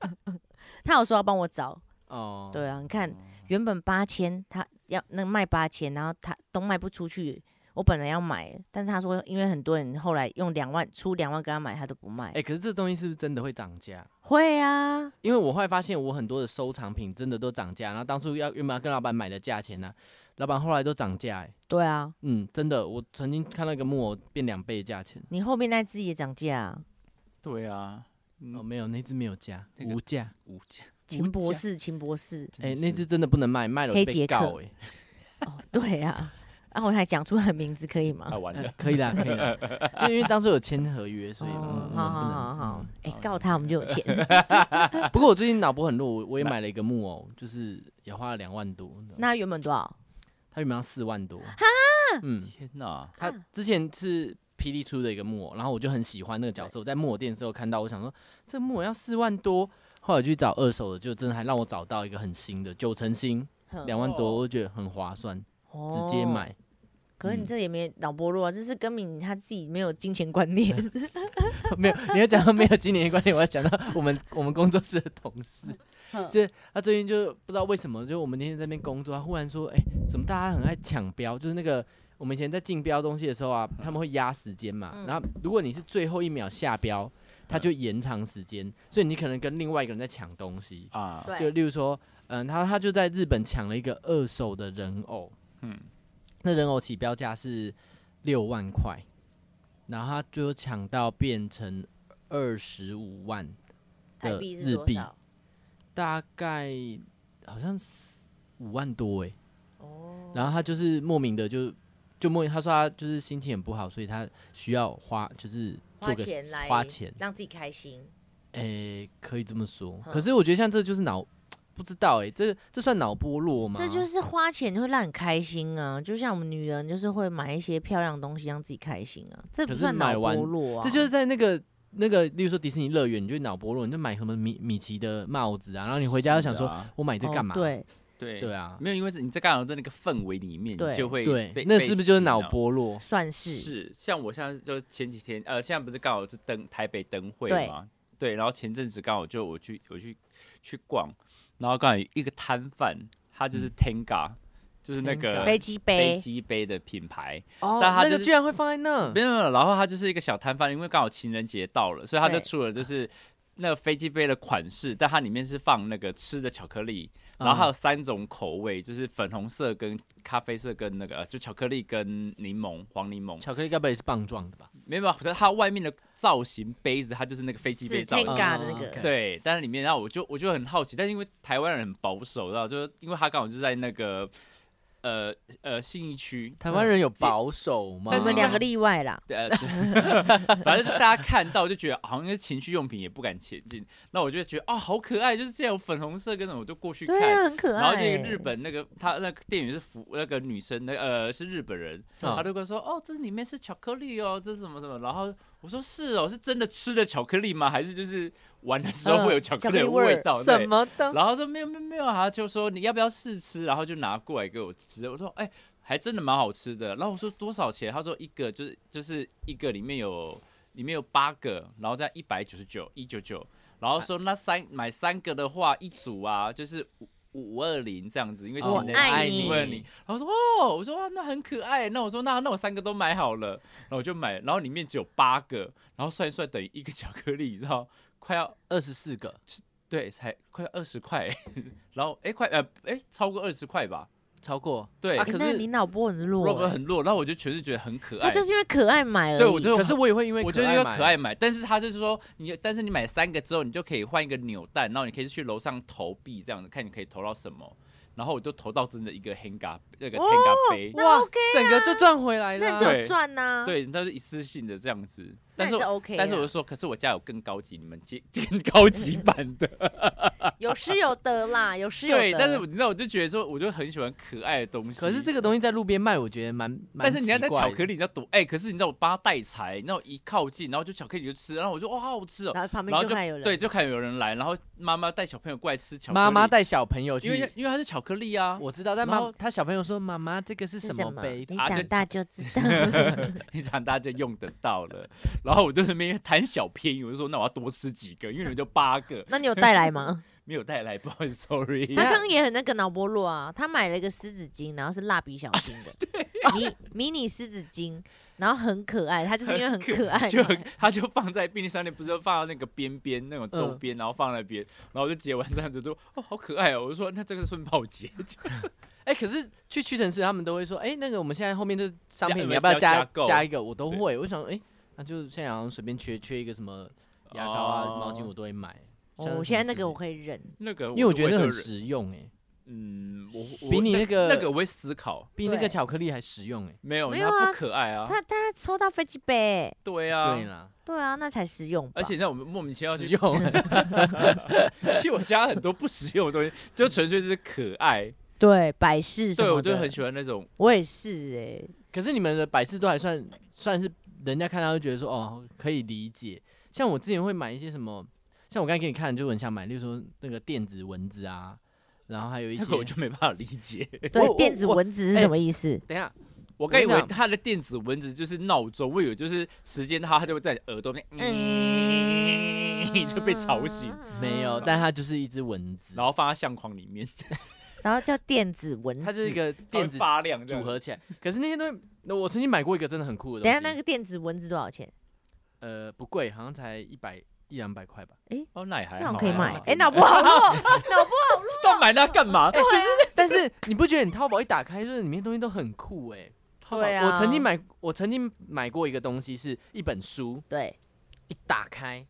[SPEAKER 1] (laughs) 他有说要帮我找，
[SPEAKER 2] 哦，
[SPEAKER 1] 对啊，你看原本八千，他要那卖八千，然后他都卖不出去，我本来要买，但是他说因为很多人后来用两万出两万跟他买，他都不卖。
[SPEAKER 2] 哎、可是这东西是不是真的会涨价？
[SPEAKER 1] 会啊，
[SPEAKER 2] 因为我后来发现，我很多的收藏品真的都涨价，然后当初要原本要跟老板买的价钱呢、啊老板后来都涨价、哎，
[SPEAKER 1] 对啊，
[SPEAKER 2] 嗯，真的，我曾经看到一个木偶变两倍的价钱，
[SPEAKER 1] 你后面那只也涨价啊、
[SPEAKER 3] 对啊，
[SPEAKER 2] 哦，没有，那只没有价，
[SPEAKER 3] 那个
[SPEAKER 2] 无价，
[SPEAKER 3] 无价。
[SPEAKER 1] 秦博
[SPEAKER 3] 无价
[SPEAKER 1] 士，秦博士，
[SPEAKER 2] 哎、
[SPEAKER 3] 真的
[SPEAKER 2] 那
[SPEAKER 3] 是
[SPEAKER 2] 只真的不能卖，卖了
[SPEAKER 1] 黑
[SPEAKER 2] 会
[SPEAKER 1] 杰
[SPEAKER 2] 被
[SPEAKER 1] 克
[SPEAKER 2] 告、哎、 (laughs)
[SPEAKER 1] 哦，对啊，然后我还讲出他的名字可以吗
[SPEAKER 3] 啊？完了
[SPEAKER 1] (laughs)
[SPEAKER 2] 呃，可以啦，可以
[SPEAKER 3] (laughs)
[SPEAKER 2] 啦，就因为当初有签合约，所以我
[SPEAKER 1] 哦
[SPEAKER 2] 们、我
[SPEAKER 1] 好
[SPEAKER 2] 们
[SPEAKER 1] 好
[SPEAKER 2] 不能
[SPEAKER 1] 好好
[SPEAKER 2] 嗯，
[SPEAKER 1] 哎、
[SPEAKER 3] 好
[SPEAKER 1] 告他我们就有钱。 (laughs)
[SPEAKER 2] 不过我最近脑波很弱，我我也买了一个木偶，就是也花了两万多，
[SPEAKER 1] 那他原本多少？
[SPEAKER 2] 它原本要四万多，嗯，
[SPEAKER 3] 天哪！
[SPEAKER 2] 他之前是霹雳出的一个木偶，然后我就很喜欢那个角色。我在木偶店的时候看到，我想说这木偶要四万多，后来我去找二手的，就真的还让我找到一个很新的九成新，
[SPEAKER 1] 哼
[SPEAKER 2] 两万多，
[SPEAKER 3] 哦
[SPEAKER 2] 我就觉得很划算，直接。
[SPEAKER 1] 哦
[SPEAKER 2] 买。
[SPEAKER 1] 可是你
[SPEAKER 2] 嗯
[SPEAKER 1] 这也没脑波弱啊，这是根本他自己没有金钱观念。
[SPEAKER 2] (laughs) 没有，你要讲到没有今年的观点，我要讲到我们我们工作室的同事，
[SPEAKER 5] 嗯
[SPEAKER 2] 就是他最近就不知道为什么，就我们那天在那边工作，他忽然说，哎、怎么大家很爱抢标？就是那个我们以前在竞标东西的时候啊，他们会压时间嘛，
[SPEAKER 1] 嗯
[SPEAKER 2] 然后如果你是最后一秒下标，他就延长时间，所以你可能跟另外一个人在抢东西。
[SPEAKER 1] (laughs)
[SPEAKER 3] 啊，
[SPEAKER 1] 对
[SPEAKER 2] 就例如说，嗯，他他就在日本抢了一个二手的人偶，
[SPEAKER 3] 嗯，
[SPEAKER 2] 那人偶起标价是六万块，然后他最后抢到变成二十五万，
[SPEAKER 1] 台
[SPEAKER 2] 的
[SPEAKER 1] 币是
[SPEAKER 2] 日
[SPEAKER 1] 多
[SPEAKER 2] 币
[SPEAKER 1] 少？
[SPEAKER 2] 大概好像五万多哎、
[SPEAKER 1] 哦，
[SPEAKER 2] 然后他就是莫名的就就莫名，他说他就是心情很不好，所以他需要花就是
[SPEAKER 1] 花
[SPEAKER 2] 做个
[SPEAKER 1] 钱来
[SPEAKER 2] 花钱，
[SPEAKER 1] 让自己开心，
[SPEAKER 2] 诶、可以这么说。
[SPEAKER 1] 嗯
[SPEAKER 2] 可是我觉得像这就是脑不知道哎、这这算脑波落吗？
[SPEAKER 1] 这就是花钱会让你开心啊。就像我们女人就是会买一些漂亮的东西让自己开心啊，这不
[SPEAKER 2] 可是
[SPEAKER 1] 算脑
[SPEAKER 2] 买完
[SPEAKER 1] 波落啊。
[SPEAKER 2] 这就是在那个那个，例如说迪士尼乐园，你就脑波落，你就买什么米米奇的帽子啊，然后你回家就想说，
[SPEAKER 3] 是啊，
[SPEAKER 2] 我买这
[SPEAKER 1] 哦
[SPEAKER 2] 干嘛？
[SPEAKER 1] 对，
[SPEAKER 3] 对
[SPEAKER 2] 对啊
[SPEAKER 3] 没有，因为是你在刚好在那个氛围里面，
[SPEAKER 1] 对
[SPEAKER 3] 你就会
[SPEAKER 2] 对
[SPEAKER 3] 被，
[SPEAKER 2] 那是不是就是脑？
[SPEAKER 3] 被洗
[SPEAKER 2] 波落
[SPEAKER 1] 哦？算
[SPEAKER 3] 脑
[SPEAKER 1] 是
[SPEAKER 3] 是，像我现在就前几天，呃，现在不是刚好是灯台北灯会
[SPEAKER 1] 对
[SPEAKER 3] 嘛？对，然后前阵子刚好就我去我去去逛，然后刚好有一个摊贩，他就是 Tenga，就是那
[SPEAKER 2] 嗯
[SPEAKER 3] 个
[SPEAKER 2] Tenga
[SPEAKER 1] 飞机
[SPEAKER 3] 飞
[SPEAKER 1] 杯
[SPEAKER 3] 机杯的品牌，
[SPEAKER 2] 哦
[SPEAKER 3] 但他
[SPEAKER 2] 那
[SPEAKER 3] 就
[SPEAKER 2] 个
[SPEAKER 3] 是
[SPEAKER 2] 居然会放在那
[SPEAKER 3] 没，有没有，然后他就是一个小摊贩，因为刚好情人节到了，所以他就
[SPEAKER 1] 对
[SPEAKER 3] 出了就是那个飞机杯的款式，但它里面是放那个吃的巧克力，然
[SPEAKER 2] 啊嗯
[SPEAKER 3] 后还有三种口味，就是粉红色跟咖啡色跟那个呃就巧克力跟柠檬黄柠檬，
[SPEAKER 2] 巧克力该不会也是棒状的吧？
[SPEAKER 3] 没有没有，可是它外面的造型杯子，它就是那个飞机杯
[SPEAKER 1] 是
[SPEAKER 3] 造型。
[SPEAKER 1] Tenga 的那
[SPEAKER 2] 哦，OK
[SPEAKER 1] 个，
[SPEAKER 3] 对，但是里面，然后我就我就很好奇，但是因为台湾人很保守，然后就是因为他刚好就在那个呃呃信义区，
[SPEAKER 2] 台湾人有保守吗？
[SPEAKER 3] 但
[SPEAKER 1] 我
[SPEAKER 3] 是
[SPEAKER 1] 们两个
[SPEAKER 3] 因
[SPEAKER 1] 例外啦。
[SPEAKER 3] 呃， (laughs) 反正就大家看到就觉得好像是情趣用品也不敢前进，那我就觉得哦好可爱，就是这样粉红色跟什么，我就过去看。
[SPEAKER 1] 对啊，很可爱。
[SPEAKER 3] 然后这个日本那个他那个店员是服那个女生，那个呃是日本人，
[SPEAKER 2] 嗯
[SPEAKER 3] 他就跟我说哦这里面是巧克力哦，这是什么什么，然后我说是哦，是真的吃的巧克力吗？还是就是玩的时候会有
[SPEAKER 1] 嗯
[SPEAKER 3] 巧
[SPEAKER 1] 巧克
[SPEAKER 3] 克力
[SPEAKER 1] 力
[SPEAKER 3] 的
[SPEAKER 1] 味儿
[SPEAKER 3] 味道？对
[SPEAKER 2] 什么的？
[SPEAKER 3] 然后说没有没有没有，他就说你要不要试吃，然后就拿过来给我吃。我说哎、还真的蛮好吃的。然后我说多少钱？他说一个就是就是一个里面有里面有八个，然后再一百九十九一九九。然后说那三买三个的话，一组啊就是五五二零这样子，因为
[SPEAKER 1] 我
[SPEAKER 3] 情人
[SPEAKER 1] 哦爱
[SPEAKER 3] 节
[SPEAKER 1] 你
[SPEAKER 3] 五二零。然后说哦，我说哇那很可爱。那我说那那我三个都买好了，然后我就买，然后里面只有八个，然后算一算等于一个巧克力，你知道快要。
[SPEAKER 2] 二十四个，
[SPEAKER 3] 对，才快二十块，然后哎、快呃哎、超过二十块吧，
[SPEAKER 2] 超过。
[SPEAKER 3] 对，
[SPEAKER 1] 啊，
[SPEAKER 3] 可
[SPEAKER 1] 那
[SPEAKER 3] 是
[SPEAKER 1] 你脑波很弱
[SPEAKER 3] Rob
[SPEAKER 1] 欸，
[SPEAKER 3] 很弱，然后我就全是觉得很可
[SPEAKER 1] 他
[SPEAKER 3] 爱，
[SPEAKER 1] 就是因为可爱买而已。
[SPEAKER 3] 对我就
[SPEAKER 2] 可是我也会因为
[SPEAKER 3] 我就是要可
[SPEAKER 2] 买
[SPEAKER 3] 爱买，但是他就是说你，但是你买三个之后，你就可以换一个扭蛋，然后你可以去楼上投币这样子，看你可以投到什么，然后我就投到真的一个 Henga 那个 Henga 杯，
[SPEAKER 1] 那 OK，啊
[SPEAKER 2] 整个就赚回来
[SPEAKER 1] 那你
[SPEAKER 2] 了。啊
[SPEAKER 1] 只有
[SPEAKER 3] 对
[SPEAKER 1] 赚呐。，
[SPEAKER 3] 对，那是一次性的这样子，
[SPEAKER 1] 那
[SPEAKER 3] 但
[SPEAKER 1] 你
[SPEAKER 3] 是
[SPEAKER 1] 这
[SPEAKER 3] 我
[SPEAKER 1] OK 啊。
[SPEAKER 3] 但是我就说，可是我家有更高级，你们接 (laughs) 更高级版的。
[SPEAKER 1] 有失有得啦，有失有得。
[SPEAKER 3] 对，但是你知道，我就觉得说，我就很喜欢可爱的东西。
[SPEAKER 2] 可是这个东西在路边卖，我觉得蛮……蛮
[SPEAKER 3] 嗯但是你要在
[SPEAKER 2] 奇怪
[SPEAKER 3] 巧
[SPEAKER 2] 的
[SPEAKER 3] 克力，你知道多哎、可是你知道我帮他带财，然后一靠近，然后就巧克力就吃，然后我就哇好好吃哦、
[SPEAKER 1] 然后旁
[SPEAKER 3] 然
[SPEAKER 1] 边
[SPEAKER 3] 后
[SPEAKER 1] 就看有人，
[SPEAKER 3] 对，，就看有人来，然后妈妈带小朋友过来吃巧克力，
[SPEAKER 2] 妈妈带小朋友
[SPEAKER 3] 因为
[SPEAKER 2] 去，
[SPEAKER 3] 因为它是巧克力啊，
[SPEAKER 2] 我知道，但
[SPEAKER 3] 然
[SPEAKER 2] 妈
[SPEAKER 3] 后
[SPEAKER 2] 他小朋友说：“妈妈，这个是
[SPEAKER 1] 是
[SPEAKER 2] 什
[SPEAKER 1] 什
[SPEAKER 2] 么杯
[SPEAKER 1] 你
[SPEAKER 3] 啊就
[SPEAKER 1] 长大就知
[SPEAKER 3] (laughs)
[SPEAKER 1] 道。
[SPEAKER 3] (laughs) 你长大就用得到了。然后我就在那边贪小便宜，我就说那我要多吃几个，因为你们就八个
[SPEAKER 1] 那你有带来吗？
[SPEAKER 3] (laughs) 没有带来，不好意思，sorry
[SPEAKER 1] 他。刚刚也很那个脑波弱啊，他买了一个湿纸巾，然后是蜡笔小新
[SPEAKER 3] (laughs)
[SPEAKER 1] 的迷迷你湿纸巾，然后很可爱， (laughs) 他就是因为很可爱，
[SPEAKER 3] 就很他就放在便利商店，不是都放到那个边边那种
[SPEAKER 2] 嗯
[SPEAKER 3] 周边，然后放在那边，然后我就结完账就说哦好可爱哦，我就说那这个是顺泡节，？”
[SPEAKER 2] 哎，可是去屈臣氏他们都会说：“哎，那个我们现在后面这商
[SPEAKER 3] 加
[SPEAKER 2] 品你要不要
[SPEAKER 3] 要
[SPEAKER 2] 加
[SPEAKER 3] 加购
[SPEAKER 2] 加一个？”我都会，我想说哎，那就现在好像随便缺缺一个什么牙膏啊、毛
[SPEAKER 3] 哦
[SPEAKER 2] 巾，我都会买。像
[SPEAKER 1] 哦，我
[SPEAKER 2] 是
[SPEAKER 1] 现在
[SPEAKER 2] 什么
[SPEAKER 1] 那个
[SPEAKER 2] 之
[SPEAKER 1] 我
[SPEAKER 2] 类
[SPEAKER 1] 可以忍，
[SPEAKER 3] 那个
[SPEAKER 2] 因为我觉得
[SPEAKER 3] 就
[SPEAKER 2] 很
[SPEAKER 3] 忍
[SPEAKER 2] 实用，哎，
[SPEAKER 3] 嗯，我我
[SPEAKER 2] 比你那
[SPEAKER 3] 那
[SPEAKER 2] 个
[SPEAKER 3] 那个我会思考，
[SPEAKER 2] 比那个
[SPEAKER 1] 对
[SPEAKER 2] 巧克力还实用，哎。
[SPEAKER 3] 没有，
[SPEAKER 1] 没
[SPEAKER 3] 它
[SPEAKER 1] 有啊
[SPEAKER 3] 不可爱啊，
[SPEAKER 1] 他他抽到飞机杯，
[SPEAKER 3] 对啊
[SPEAKER 2] 对，啦，
[SPEAKER 1] 对啊，那才实用吧。
[SPEAKER 3] 而且你知道我们莫名其妙
[SPEAKER 2] 实
[SPEAKER 3] 去，
[SPEAKER 2] 用。
[SPEAKER 3] 其实我家很多不实用的东西，就纯粹就是可爱，
[SPEAKER 1] 对百事什
[SPEAKER 3] 对
[SPEAKER 1] 么
[SPEAKER 3] 我
[SPEAKER 1] 的，
[SPEAKER 3] 就很喜欢那种，
[SPEAKER 1] 我也是哎、
[SPEAKER 2] 可是你们的百事都还算算是人家看到就觉得说哦可以理解。像我之前会买一些什么，像我刚才给你看就很想买，例如说那个电子蚊子啊，然后还有一
[SPEAKER 3] 那
[SPEAKER 2] 些。
[SPEAKER 3] 个我就没办法理解。
[SPEAKER 2] 我
[SPEAKER 1] 对，
[SPEAKER 2] 我
[SPEAKER 1] 电子
[SPEAKER 2] 我
[SPEAKER 1] 蚊子是
[SPEAKER 2] 哎
[SPEAKER 1] 什么意思？
[SPEAKER 2] 等一下，
[SPEAKER 3] 我刚以为
[SPEAKER 2] 跟你
[SPEAKER 3] 它的电子蚊子就是闹钟，我以为就是时间它它就会在你耳朵边，嗯， (laughs) 影就被吵醒，
[SPEAKER 2] 没有，但它就是一只蚊子，
[SPEAKER 3] 然后放在相框里面，
[SPEAKER 1] 然后叫电子蚊子。
[SPEAKER 2] 它就是一个
[SPEAKER 3] 它会
[SPEAKER 2] 电子
[SPEAKER 3] 发亮这
[SPEAKER 2] 组
[SPEAKER 3] 样
[SPEAKER 2] 合起来。可是那些东西，那我曾经买过一个真的很酷的
[SPEAKER 1] 等
[SPEAKER 2] 东
[SPEAKER 1] 一
[SPEAKER 2] 西，
[SPEAKER 1] 下那个电子蚊子多少钱？
[SPEAKER 2] 呃不贵，好像才一百一两百块吧。
[SPEAKER 3] 哦，那也还
[SPEAKER 1] 那
[SPEAKER 3] 好
[SPEAKER 1] 我可以
[SPEAKER 3] 还
[SPEAKER 1] 买
[SPEAKER 3] 好。
[SPEAKER 1] 哎，脑波好弱，
[SPEAKER 3] (laughs) 但买那干嘛？
[SPEAKER 2] 但是你不觉得你淘宝一打开，就是里面东西都很酷哎、
[SPEAKER 3] 淘宝
[SPEAKER 1] 对啊
[SPEAKER 2] 我曾经买，我曾经买过一个东西，是一本书，
[SPEAKER 1] 对，
[SPEAKER 2] 一打开，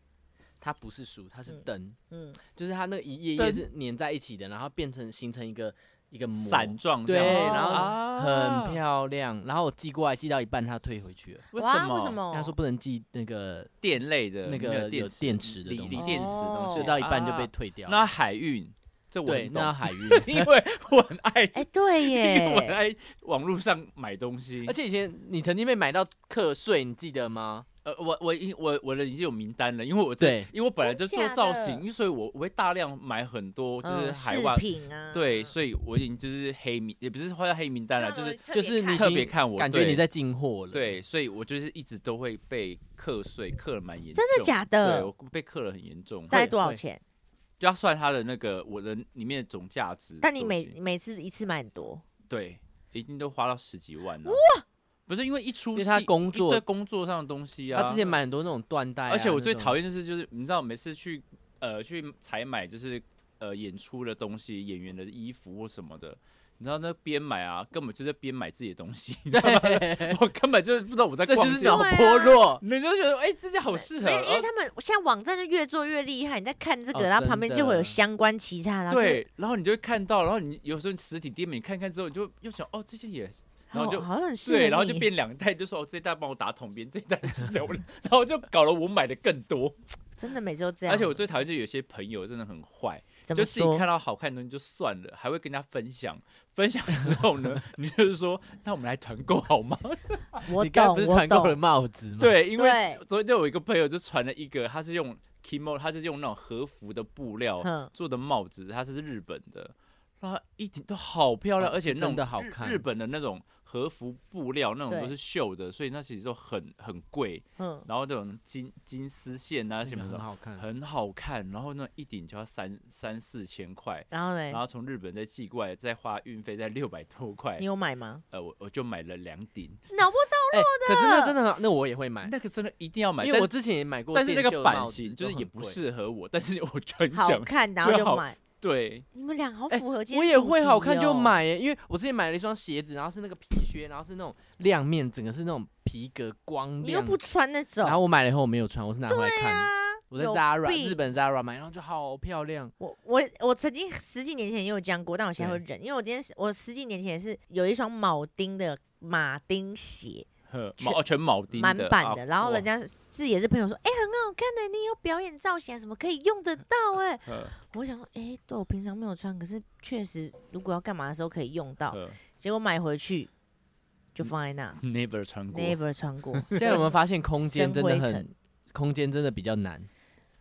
[SPEAKER 2] 它不是书，它是灯，
[SPEAKER 1] 嗯，
[SPEAKER 2] 就是它那个一页一页
[SPEAKER 3] 灯
[SPEAKER 2] 是粘在一起的，然后变成形成一个一个膜，
[SPEAKER 3] 散状这
[SPEAKER 2] 对，
[SPEAKER 3] 样子
[SPEAKER 1] 哦
[SPEAKER 2] 然后
[SPEAKER 3] 啊
[SPEAKER 2] 很漂亮。然后我寄过来，寄到一半它退回去了，
[SPEAKER 3] (laughs) 为
[SPEAKER 1] 哇
[SPEAKER 3] 什么？
[SPEAKER 1] 为什么？
[SPEAKER 2] 他说不能寄那个，
[SPEAKER 3] 电类的
[SPEAKER 2] 那个
[SPEAKER 3] 没有
[SPEAKER 2] 有
[SPEAKER 3] 电池
[SPEAKER 2] 电池的
[SPEAKER 3] 锂
[SPEAKER 2] 东
[SPEAKER 3] 锂
[SPEAKER 2] 西
[SPEAKER 3] 电池的东西，
[SPEAKER 2] 就到一半就被
[SPEAKER 3] 啊
[SPEAKER 2] 退掉了。
[SPEAKER 3] 那海运，这我
[SPEAKER 2] 对，
[SPEAKER 3] 很
[SPEAKER 2] 那
[SPEAKER 3] 懂，
[SPEAKER 2] 海
[SPEAKER 3] (laughs)
[SPEAKER 2] 运。
[SPEAKER 3] 因为我很
[SPEAKER 1] (laughs)
[SPEAKER 3] 爱，
[SPEAKER 1] 哎，对
[SPEAKER 3] (laughs) 因为我很
[SPEAKER 1] 耶，
[SPEAKER 3] 爱网络上买东西
[SPEAKER 2] 而。且以前你曾经被买到课税，你记得吗？
[SPEAKER 3] 呃，我我已我我的已经有名单了，因为我这
[SPEAKER 2] 对
[SPEAKER 3] 因为我本来就做
[SPEAKER 1] 真
[SPEAKER 3] 造
[SPEAKER 1] 假
[SPEAKER 3] 型，
[SPEAKER 1] 的
[SPEAKER 3] 因为所以我我会大量买很 (laughs) 多就是
[SPEAKER 1] 嗯，
[SPEAKER 3] 海
[SPEAKER 1] 饰
[SPEAKER 3] 外。
[SPEAKER 1] 品啊，
[SPEAKER 3] 对，所以我已经就是黑名，也不是画在黑名单了，就是
[SPEAKER 2] 就是你已
[SPEAKER 3] 特
[SPEAKER 2] 经
[SPEAKER 3] 别看我，
[SPEAKER 2] 感觉
[SPEAKER 3] 对
[SPEAKER 2] 你在进货了。
[SPEAKER 3] 对，所以我就是一直都会被课税，课了蛮严重。
[SPEAKER 1] 真的假
[SPEAKER 3] 对，
[SPEAKER 1] 的
[SPEAKER 3] 我？被课了很严重，
[SPEAKER 1] 大概
[SPEAKER 2] 会
[SPEAKER 1] 多少
[SPEAKER 2] 会
[SPEAKER 1] 钱？
[SPEAKER 3] 就要算他的那个我的里面的总价值多少钱。
[SPEAKER 1] 但你每每次一次买很多，
[SPEAKER 3] 对，一定都花到十几万呢、哇！不是因为一出
[SPEAKER 2] 因
[SPEAKER 3] 戏，
[SPEAKER 2] 为他工作
[SPEAKER 3] 对工作上的东西啊。
[SPEAKER 2] 他之前买很多那种缎带啊、
[SPEAKER 3] 而且我最讨
[SPEAKER 2] 厌
[SPEAKER 3] 厌就是呃就是你知道，每次去呃去采买就是呃演出的东西，演员的衣服或什么的。你知道那边买啊，根本就是边买自己的东
[SPEAKER 2] (laughs)
[SPEAKER 3] 西，你知道吗？我根本就是不知道我在
[SPEAKER 2] 这
[SPEAKER 3] 逛
[SPEAKER 2] 就
[SPEAKER 3] 街。
[SPEAKER 2] 是脑波弱。
[SPEAKER 3] 你就觉得哎、这件好适
[SPEAKER 2] (laughs)
[SPEAKER 3] 合，
[SPEAKER 1] 因为因
[SPEAKER 3] 然
[SPEAKER 1] 为
[SPEAKER 3] 后
[SPEAKER 1] 他们现在网站就越做越厉害，你在看这
[SPEAKER 2] 哦
[SPEAKER 1] 个，然后旁边
[SPEAKER 2] 真的
[SPEAKER 1] 就会有相关其他，
[SPEAKER 2] 啊
[SPEAKER 1] 然后就
[SPEAKER 3] 哦对，然后你就会看到，然后你有时候你实体店面你看看之后，你就又想哦，这件也然后
[SPEAKER 1] 好
[SPEAKER 3] 就
[SPEAKER 1] 哦好像很适合
[SPEAKER 3] 对，然后就
[SPEAKER 1] 你
[SPEAKER 3] 变两袋，就说哦，这一袋帮我打桶边，这一袋是我的，然后就搞了我买的更多。
[SPEAKER 1] 真的每次都这样。
[SPEAKER 3] 而且我最讨厌就有些朋友真的很坏，
[SPEAKER 1] 啊怎
[SPEAKER 3] 就
[SPEAKER 1] 么
[SPEAKER 3] 自己
[SPEAKER 1] 说
[SPEAKER 3] 看？到好看的东西就算了，还会跟人家分享，分享之后呢，你就是说那我们来团购好吗？ (laughs)
[SPEAKER 1] 我
[SPEAKER 2] 你刚
[SPEAKER 1] 懂，
[SPEAKER 2] 刚不是
[SPEAKER 1] 我
[SPEAKER 2] 团购了
[SPEAKER 1] 懂。
[SPEAKER 2] 帽子吗？，
[SPEAKER 3] 对，因为
[SPEAKER 1] 对
[SPEAKER 3] 昨天就有一个朋友就传了一个，他是用 kimo，他是用那种和服的布料
[SPEAKER 1] 嗯
[SPEAKER 3] 做的帽子，它是日本的，它一顶都好漂亮，
[SPEAKER 2] 哦
[SPEAKER 3] 而且
[SPEAKER 2] 是
[SPEAKER 3] 那种
[SPEAKER 2] 真的好
[SPEAKER 3] 日
[SPEAKER 2] 看
[SPEAKER 3] 日本的那种和服布料那种
[SPEAKER 1] 对
[SPEAKER 3] 都是绣的，所以那其实都很很贵，
[SPEAKER 1] 嗯，
[SPEAKER 3] 然后这种金金丝线啊什么
[SPEAKER 2] 很
[SPEAKER 3] 的。
[SPEAKER 2] 好看。
[SPEAKER 3] 很好看，然后呢，一顶就要三三四千块，
[SPEAKER 1] 然后
[SPEAKER 3] 然
[SPEAKER 1] 呢？
[SPEAKER 3] 后从日本再寄过来，再花运费，再六百多块
[SPEAKER 1] 你。有买吗？
[SPEAKER 3] 呃，我我就买了两顶，
[SPEAKER 1] 脑波超
[SPEAKER 2] 哎、可是那真的很好，那我也会买，
[SPEAKER 3] 那个真的一定要买，
[SPEAKER 2] 因
[SPEAKER 3] 但
[SPEAKER 2] 为我之前也买过
[SPEAKER 3] 但是那
[SPEAKER 2] 电
[SPEAKER 3] 个
[SPEAKER 2] 绣的帽
[SPEAKER 3] 版
[SPEAKER 2] 子
[SPEAKER 3] 型
[SPEAKER 2] 都
[SPEAKER 3] 就是也
[SPEAKER 2] 很
[SPEAKER 3] 不
[SPEAKER 2] 贵。
[SPEAKER 3] 适合我，但是我就很
[SPEAKER 1] 好
[SPEAKER 3] 想
[SPEAKER 1] 看，然后
[SPEAKER 3] 对
[SPEAKER 1] 就
[SPEAKER 3] 好
[SPEAKER 1] 买。
[SPEAKER 3] 对，
[SPEAKER 1] 你们俩好符合今天、哦
[SPEAKER 2] 哎我也会好看就。买耶，因为我之前买了一双鞋子，然后是那个皮靴，然后是那种亮面，整个是那种皮革光
[SPEAKER 1] 你又
[SPEAKER 2] 亮。
[SPEAKER 1] 不穿那种。
[SPEAKER 2] 然后我买了以后我没有穿，我是拿回来看。
[SPEAKER 1] 啊
[SPEAKER 2] 我在
[SPEAKER 1] 有
[SPEAKER 2] Zara
[SPEAKER 1] 病
[SPEAKER 2] 日本 Zara 买，然后就好漂亮。
[SPEAKER 1] 我我我曾经十几年前也有讲过，但我现在会忍，因为我今天是我十几年前也是有一双铆钉的马丁鞋，
[SPEAKER 3] 呵
[SPEAKER 1] 全
[SPEAKER 3] 毛哦全铆钉
[SPEAKER 1] 满版
[SPEAKER 3] 啊
[SPEAKER 1] 的，然后人家是也是朋友说，哎、很好看的、你有表演造型啊什么可以用得到哎、
[SPEAKER 3] 呵
[SPEAKER 1] 我想说，哎、对我平常没有穿，可是确实如果要干嘛的时候可以用到，
[SPEAKER 3] 呵
[SPEAKER 1] 结果买回去就
[SPEAKER 2] 嗯
[SPEAKER 1] 放在那、
[SPEAKER 3] ，never 穿过
[SPEAKER 1] n e v e r 穿
[SPEAKER 2] (laughs)
[SPEAKER 1] 过，
[SPEAKER 2] 现在我们发现空间真的
[SPEAKER 1] 生灰
[SPEAKER 2] 很
[SPEAKER 1] 尘，
[SPEAKER 2] 空间真的比较难。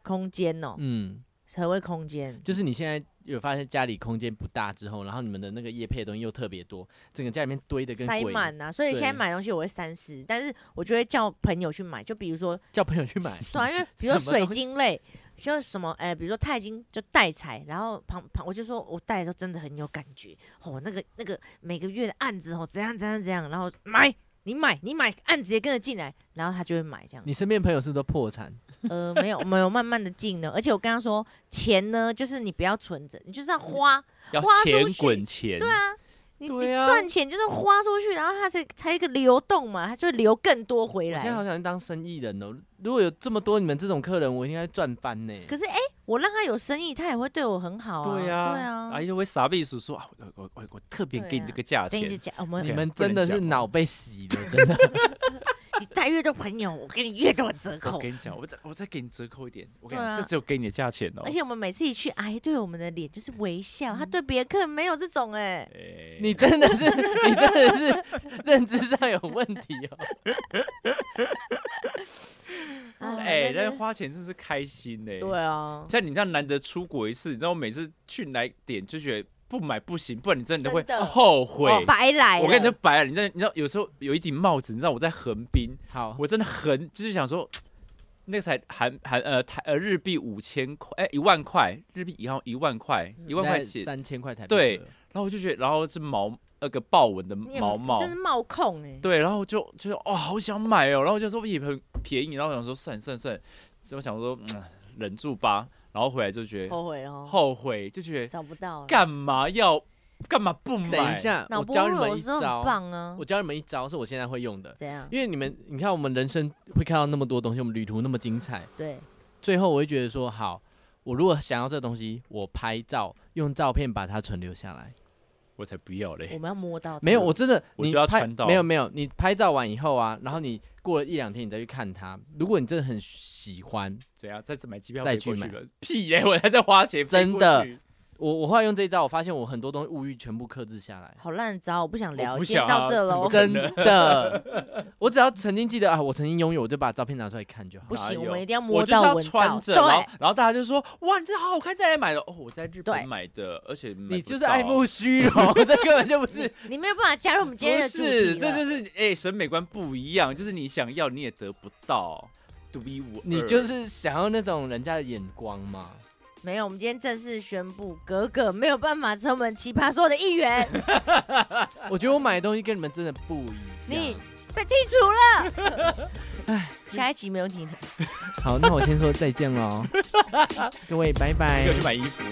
[SPEAKER 1] 空间哦、
[SPEAKER 2] 嗯，
[SPEAKER 1] 何谓空间？
[SPEAKER 2] 就是你现在有发现家里空间不大之后，然后你们的那个叶配的东西又特别多，整个家里面堆的跟
[SPEAKER 1] 塞
[SPEAKER 2] 鬼一样，
[SPEAKER 1] 满啊，所以现在
[SPEAKER 2] 对
[SPEAKER 1] 买东西我会三思，但是我就会叫朋友去买，就比如
[SPEAKER 2] (laughs)
[SPEAKER 1] 说
[SPEAKER 2] 叫朋友去买。
[SPEAKER 1] 对啊，因为比如说
[SPEAKER 2] 什么
[SPEAKER 1] 水
[SPEAKER 2] 东西
[SPEAKER 1] 晶类，像什么哎、比如说钛金就带彩，然后旁旁我就说我戴的时候真的很有感觉，哦，那个那个每个月的案子哦，怎样怎样怎样，然后买你买你买，案子也跟着进来，然后他就会买这样。
[SPEAKER 2] 你身边朋友是不是都破产？
[SPEAKER 3] (laughs)
[SPEAKER 1] 呃，没有没有慢慢的进的，而且我跟他说钱呢，就是你不要存着，你就是
[SPEAKER 3] 嗯
[SPEAKER 1] 要花，
[SPEAKER 3] 要
[SPEAKER 1] 花出
[SPEAKER 3] 钱
[SPEAKER 1] 去
[SPEAKER 3] 滚钱，
[SPEAKER 1] 对啊。你你
[SPEAKER 3] 对啊
[SPEAKER 1] 赚钱就是花出去，然后它才才一个流动嘛，它就会流更多回
[SPEAKER 2] 我现在好
[SPEAKER 1] 来。
[SPEAKER 2] 想当生意人哦！如果有这么多你们这种客人，我应该赚翻呢。
[SPEAKER 1] 可是哎、我让他有生意，他也会对我很好啊。
[SPEAKER 3] 对
[SPEAKER 1] 啊，
[SPEAKER 3] 啊，
[SPEAKER 1] 对啊。
[SPEAKER 3] 阿姨就会傻逼叔说啊，我我我我特别
[SPEAKER 1] 对
[SPEAKER 3] 给你这
[SPEAKER 1] 啊
[SPEAKER 3] 个价
[SPEAKER 1] 跟
[SPEAKER 3] 钱
[SPEAKER 1] 你，讲，我们
[SPEAKER 2] 你们真的是脑被洗
[SPEAKER 3] (laughs)
[SPEAKER 2] 了，真的。
[SPEAKER 1] 你带越多朋友，我给你越多折
[SPEAKER 3] 我
[SPEAKER 1] 扣。
[SPEAKER 3] 跟你讲，我再我再给你折扣一点，我跟你
[SPEAKER 1] 对
[SPEAKER 3] 讲，
[SPEAKER 1] 啊
[SPEAKER 3] 这只有给你的价钱哦
[SPEAKER 1] 而。且我们每次一去，阿姨对我们的脸就是微笑，
[SPEAKER 3] 嗯
[SPEAKER 1] 她对别的客人没有这种哎、
[SPEAKER 3] 哎
[SPEAKER 2] 你真的是，你真的是认知上有问题
[SPEAKER 3] (laughs)
[SPEAKER 2] 哦。
[SPEAKER 1] 啊
[SPEAKER 3] 哎，
[SPEAKER 1] 真的
[SPEAKER 3] 但是花钱真是开心呢。
[SPEAKER 1] 对啊，
[SPEAKER 3] 像你这样难得出国一次，你知道我每次去哪点就觉得不买不行，不然你真的会
[SPEAKER 1] 真的
[SPEAKER 3] 后悔。
[SPEAKER 1] 哦白来了
[SPEAKER 3] 我跟你说白
[SPEAKER 1] 哦
[SPEAKER 3] 了，你知道你知道有时候有一顶帽子，你知道我在横滨，
[SPEAKER 2] 好，
[SPEAKER 3] 我真的很就是想说，那个才韩韩呃台呃日币五千块，哎一万块日币，然后一万块
[SPEAKER 1] 嗯
[SPEAKER 3] 一万块起，然
[SPEAKER 2] 三千块台币左
[SPEAKER 3] 对
[SPEAKER 2] 右，
[SPEAKER 3] 后我就觉得，然后是毛那个豹纹的
[SPEAKER 1] 你也
[SPEAKER 3] 毛毛
[SPEAKER 1] 真，是冒控哎、
[SPEAKER 3] 对，然后就就是哦好想买哦，然后就说也很便宜，然后我想说算了算了算了，所以我想说嗯忍住吧，然后回来就觉得
[SPEAKER 1] 后悔了哦，
[SPEAKER 3] 后悔，就觉得
[SPEAKER 1] 找不到了。
[SPEAKER 3] 干嘛要干嘛不买？
[SPEAKER 2] 等一下，
[SPEAKER 1] 脑
[SPEAKER 2] 我
[SPEAKER 1] 波
[SPEAKER 2] 教你
[SPEAKER 1] 弱
[SPEAKER 2] 们
[SPEAKER 1] 有
[SPEAKER 2] 一
[SPEAKER 1] 时候很
[SPEAKER 2] 招，
[SPEAKER 1] 棒啊
[SPEAKER 2] 我，教你们一招是我现在会用的，
[SPEAKER 1] 怎样？
[SPEAKER 2] 因为你们你看我们人生会看到那么多东西，我们旅途那么精彩，
[SPEAKER 1] 对，
[SPEAKER 2] 最后我会觉得说，好，我如果想要这东西，我拍照用照片把它存留下来。
[SPEAKER 3] 我才不要
[SPEAKER 1] 我
[SPEAKER 3] 嘞！
[SPEAKER 1] 们要摸到它
[SPEAKER 2] 没有，我真的
[SPEAKER 3] 我
[SPEAKER 2] 你
[SPEAKER 3] 就要
[SPEAKER 2] 拍
[SPEAKER 3] 传到
[SPEAKER 2] 没有没有，你拍照完以后啊，然后你过了一两天你再去看它，如果你真的很喜欢，
[SPEAKER 3] 怎样？再次买机票
[SPEAKER 2] 再
[SPEAKER 3] 飞过
[SPEAKER 2] 去
[SPEAKER 3] 去
[SPEAKER 2] 买
[SPEAKER 3] 了？屁嘞！我还在花钱飞
[SPEAKER 2] 真
[SPEAKER 3] 过
[SPEAKER 2] 的
[SPEAKER 3] 去
[SPEAKER 2] 我我后来用这一招，我发现我很多东西物欲全部克制下
[SPEAKER 1] (laughs)
[SPEAKER 2] 来。
[SPEAKER 1] 好烂的招，我不想聊，
[SPEAKER 3] 我不
[SPEAKER 1] 今天
[SPEAKER 3] 想
[SPEAKER 1] 到
[SPEAKER 3] 啊
[SPEAKER 1] 这
[SPEAKER 3] 怎么
[SPEAKER 1] 喽
[SPEAKER 3] 可。能
[SPEAKER 2] 真的， (laughs) 我只要曾经记得啊，我曾经拥有，我就把照片拿出来看就好。
[SPEAKER 1] 不行，
[SPEAKER 3] 哪
[SPEAKER 1] 我
[SPEAKER 3] 有
[SPEAKER 1] 们一定要摸
[SPEAKER 3] 我就是
[SPEAKER 1] 到
[SPEAKER 3] 要
[SPEAKER 1] 闻
[SPEAKER 3] 穿
[SPEAKER 1] 到。
[SPEAKER 3] 着，然
[SPEAKER 1] 对
[SPEAKER 3] 后，然后大家就说：“哇，你这好好看，再来买了。”哦，我在日
[SPEAKER 1] 对
[SPEAKER 3] 本买的，而且买
[SPEAKER 2] 你
[SPEAKER 3] 不
[SPEAKER 2] 就是爱
[SPEAKER 3] 到
[SPEAKER 2] 慕虚荣，这根本就不
[SPEAKER 3] (laughs)
[SPEAKER 2] 是。
[SPEAKER 1] 你没有办法加入我们今天
[SPEAKER 3] 不
[SPEAKER 1] 的主题
[SPEAKER 3] 是，
[SPEAKER 1] 了
[SPEAKER 3] 这就是哎、审美观不一样，就是你想要你也得不到，独一无二。
[SPEAKER 2] 你就是想要那种人家的眼光嘛？
[SPEAKER 1] 没有。我们今天正式宣布，格格没有办法成为我们奇葩说的一
[SPEAKER 3] (laughs)
[SPEAKER 1] 员，
[SPEAKER 2] 我觉得我买的东西跟你们真的不一样。
[SPEAKER 1] 你被剔除了。
[SPEAKER 3] (laughs)
[SPEAKER 1] 下一集没有你了。
[SPEAKER 2] 好，那我先说再见喽，各位拜拜
[SPEAKER 3] 要。去买衣服。